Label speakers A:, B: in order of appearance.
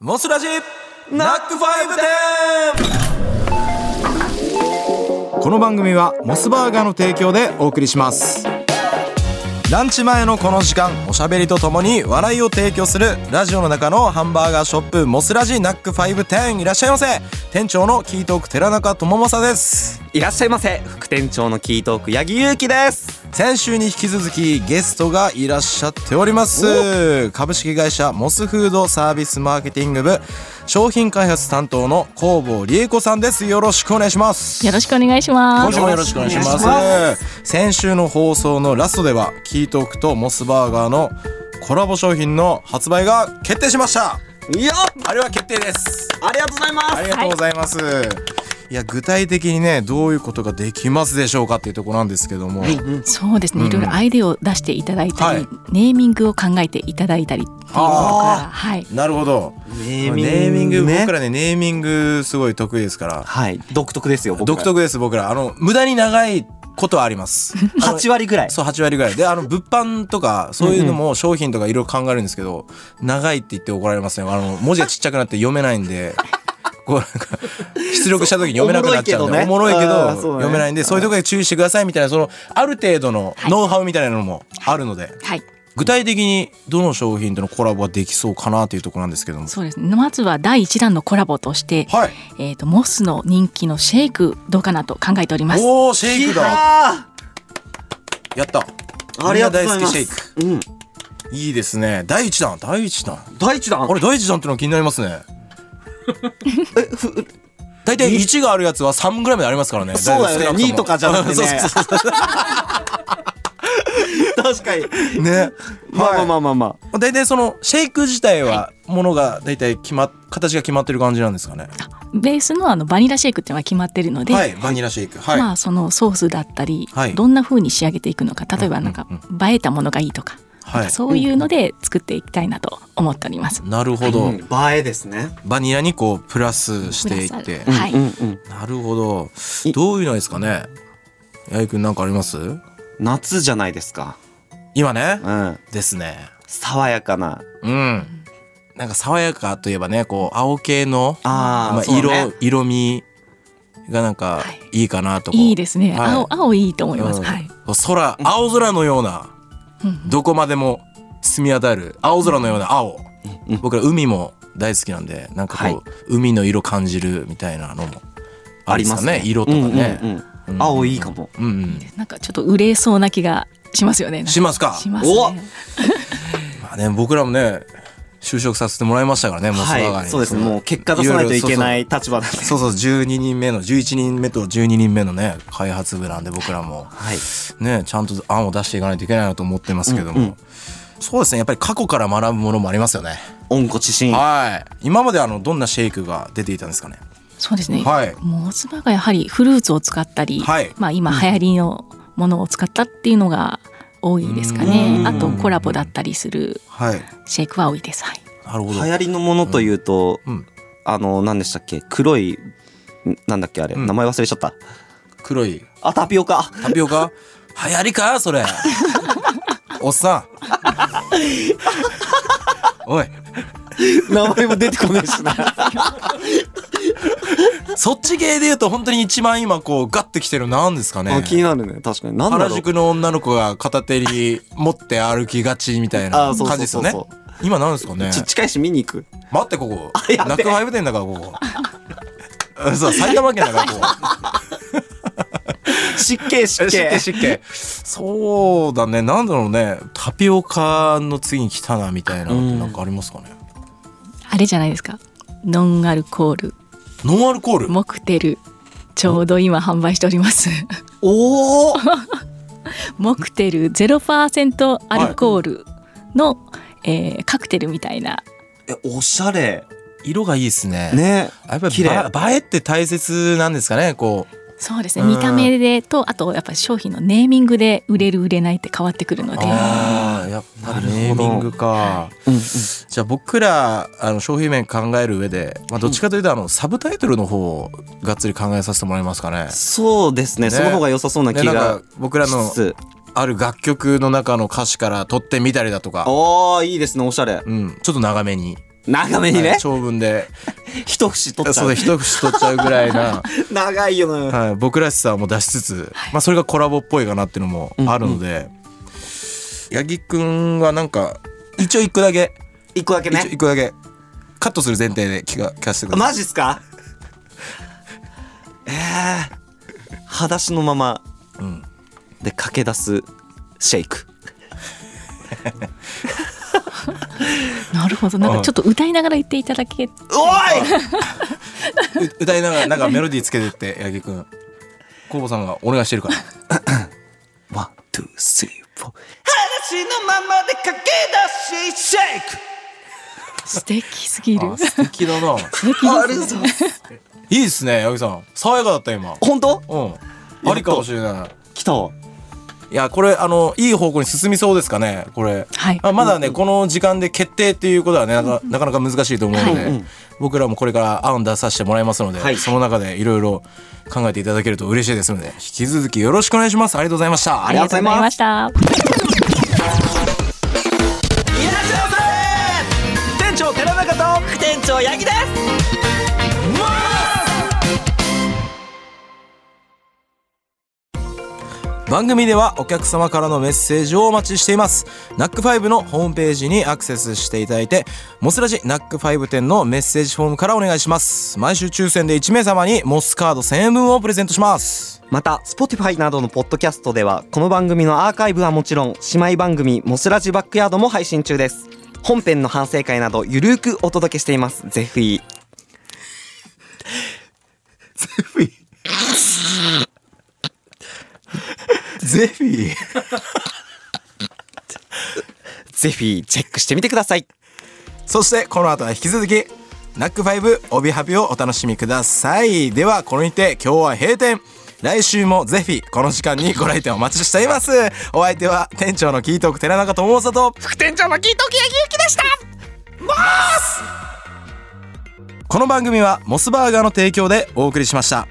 A: モスラジナックファイブ店
B: この番組はモスバーガーの提供でお送りします
A: ランチ前のこの時間おしゃべりとともに笑いを提供するラジオの中のハンバーガーショップモスラジナックファイブ店いらっしゃいませ店長のキートーク寺中智正です
C: いらっしゃいませ副店長のキートーク八木勇樹です
A: 先週に引き続きゲストがいらっしゃっております株式会社モスフードサービスマーケティング部商品開発担当の工房理恵子さんですよろしくお願いします
D: よろしくお願いしま
A: 今
D: す。
A: 週もよろしくお願いします
C: お
A: 先週の放送のラストではキートークとモスバーガーのコラボ商品の発売が決定しました
C: いや
A: あれは決定です
C: ありがとうございま
A: ありがとうございます、い、や具体的にねどういうことができますでしょうかっていうところなんですけども、
D: そうですね。いろいろアイデアを出していただいたり、
A: はい
D: ネーミングを考えていただいたりっていうのが、はい。
A: なるほど
C: ネ
A: ネーミング僕らねネーミングすごい得意ですから
C: はい独特ですよ僕ら
A: 独特です僕らあの無駄に長いことはあり ます
C: 八割ぐらい
A: そう8割ぐらいであの物販とかそういうのも商品とかいろいろ考えるんですけど長いって言って怒られますねあの文字がちっちゃくなって読めないん で。こうなんか出力した時に読めなくなっちゃうんでお
C: お
A: も
C: も
A: ろ
C: ろ
A: い
C: い
A: け
C: け
A: ど
C: どねあーそうだね
A: 読めないんでそういうところで注意してくださいみたいなそのある程度のノウハウみたいなのもあるので
D: はい。
A: 具体的にどの商品とのコラボができそうかなというところなんですけども
D: そうですね。まずは第一弾のコラボとして、
A: はい
D: えっ、とモスの人気のシェイクどうかなと考えております。
A: おーシェイクだ
C: あ
A: やった
C: ーありがとうござい
A: みんな大好
C: ます
A: きシ
C: ェイク、うん、
A: ェイクいいですね第一弾第一弾
C: 第一弾
A: あれ第一弾ってのは気になりますね。 大体1があるやつは3ぐらいまでありますからね。
C: そうだよね2とかじゃなくて
A: そ
C: ね
A: うそうそ
C: 確かに
A: うね。
C: まあまあま
A: は
C: あまあまあ
A: い。大体そのシェイク自体はものが大体決まっ形が決まってる感じなんですかね。
D: ベースのあのバニラシェイクっていうのが決まってるので。
A: はいバニラシェイクはい。
D: まあそのソースだったり、
A: はい
D: どんな風に仕上げていくのか例えばなんか映えたものがいいとか,、
A: はい
D: なんかそういうので作っていきたいなと思っております。
A: なるほど、
C: うん、映えですね
A: バニラにこうプラスしていって。
D: プラスはい、
C: うんうん
A: なるほど。どういうのですかね。八重くんなんかあります？
C: 夏じゃないですか
A: 今ね
C: う。ん
A: ですね。
C: 爽やかな
A: うん。なんか爽やかといえばね、こう青系の
C: あー
A: まあ
C: そう
A: 色、
C: ね
A: 色味がなんか
D: はい
A: いいかなとこう
D: いいですね。
A: はい
D: 青青いいと思います。
A: うん
D: はい。
A: こう空、青空のような、どこまでも澄み当たる青空のような青。僕ら海も大好きなんで、なんかこう、海の色感じるみたいなのもあ
C: あ
A: り
C: り
A: ま
C: ますす
A: ね。
C: ね
A: 色とかね。
C: うんうんうん青いいかも
A: うんうん
D: なんかちょっと売れそうな気がしますよね。なんか
A: しますか
D: しますね。
A: まあね、僕らもね、就職させてもらいましたからね、もうその
C: はいそうですねもう結果出
A: 出
C: さないといけない立場なんで
A: そうそう12人目の11人目と12人目のね開発部なんで僕らも
C: はい
A: ねちゃんと案を出していかないといけないなと思ってますけども、そうですねやっぱり過去から学ぶものもありますよね、
C: 温故知新
A: はい今まであのどんなシェイクが出ていたんですかね
D: そうですね。
A: はい
D: モスバーガーやはりフルーツを使ったり、
A: はい
D: まあ今流行りのものを使ったっていうのが多いですかね。あとコラボだったりする
A: はい
D: シェイクは多いです。はい。
A: なるほ
C: 流
A: ど
C: 行りのものというと、
A: ん
C: あの何でしたっけ黒いんなんだっけあれ、名前忘れちゃった
A: 黒い
C: あタピ オカ
A: タピオカ流行りかそ れおっさ んおい
C: 名前も出てこない しな
A: そっち系で言うと本当に一番今こうガッてきてるのなんですかね
C: あ気になるね確かに何だろう
A: 原宿の女の子が片手に持って歩きがちみたいな
C: あそう
A: 感じ
C: そう
A: です
C: そ
A: よ
C: う
A: ね
C: そう。
A: 今なんですかね
C: ち近いし見に行く
A: 待ってここ
C: やべ
A: 泣くハイブ店だからこ こうんそう埼玉県だからこ こ
C: 湿気湿
A: え
C: 気
A: 湿気湿気そうだねなんだろうねタピオカの次に来たなみたいなのってなんかありますかね
D: あれじゃないですか。ノンアルコール
A: ノンアルコール
D: モクテルちょうど今販売しております。
C: おお
D: モクテルゼロパーセントアルコールの、えーカクテルみたいな。
C: えおしゃれ
A: 色がいいですね
C: ね
A: やっぱ
C: 綺
A: り
C: 麗
A: ば映えって大切なんですかねこう
D: そうですね
A: うん
D: 見た目でとあとやっぱり商品のネーミングで売れる売れないって変わってくるので
A: あーやっぱりネーミングか。
C: うんうん
A: じゃあ僕らあの商品面考える上で、まあ、どっちかというとあのサブタイトルの方をがっつり考えさせてもらいますかね。
C: そうですね
A: ね
C: その方が良さそうな気
A: ねな
C: が
A: んか僕らの
C: しつつ
A: ある楽曲の中の歌詞から撮ってみたりだとか、
C: あーいいですねおしゃれ
A: うん、ちょっと長めに
C: 長めに
A: は
C: ね
A: い、長文で
C: 一節取っちゃ
A: そう
C: う
A: 一節取っちゃうぐらい な、
C: 長いよな、
A: はい、僕らしさも出しつつ、まあ、それがコラボっぽいかなっていうのもあるので、八木くんはなんか一応一個だけ、
C: 一個だけ
A: 一応一
C: ね
A: 個だけカットする前提で聞か聞かせてください、
C: マジっすかええー、裸足のまま、
A: ん
C: で駆け出すシェイク
D: なるほどなんかちょっと歌いながら言っていただけ
C: おいう
A: 歌いながらなんかメロディーつけてって八木く ん工房さんがお願いしてるから
C: ワン、ツー、スリー、フォー。話のままで駆け出し、シェイク
D: 素敵すぎる
A: あ素敵だな
C: あるぞ。
A: いいですね八木さん爽やかだった今
C: 本当
A: うんありかもしれない
C: 来たわ。
A: いやこれあのいい方向に進みそうですかねこれ、
D: はい
A: あまだね、この時間で決定っていうことはねなか,、なかなか難しいと思うので、
D: はい
C: うん
A: 僕らもこれから案出させてもらいますので、
C: はい
A: その中でいろいろ考えていただけると嬉しいですので引き続きよろしくお願いしますありがとうございました
D: ありがとうございました
A: 店長寺中と
C: 副店長、八木です
A: 番組ではお客様からのメッセージをお待ちしていますナックファイブのホームページにアクセスしていただいてモスラジナックファイブ店のメッセージフォームからお願いします毎週抽選で1名様にモスカード1000円分をプレゼントします
C: また、Spotify などのポッドキャストでは、この番組のアーカイブはもちろん、姉妹番組、モスラジバックヤードも配信中です。本編の反省会など、ゆるーくお届けしています。ぜひ。
A: ゼフィー
C: ぜひ、チェックしてみてください。
A: そしてこの後は引き続きナックファイブ帯ハビをお楽しみくださいではこれにて今日は閉店来週もぜひこの時間にご来店お待ちしていますお相手は店長のキートーク寺中智里
D: 副店長のキートキヤギユキでした
A: この番組はモスバーガーの提供でお送りしました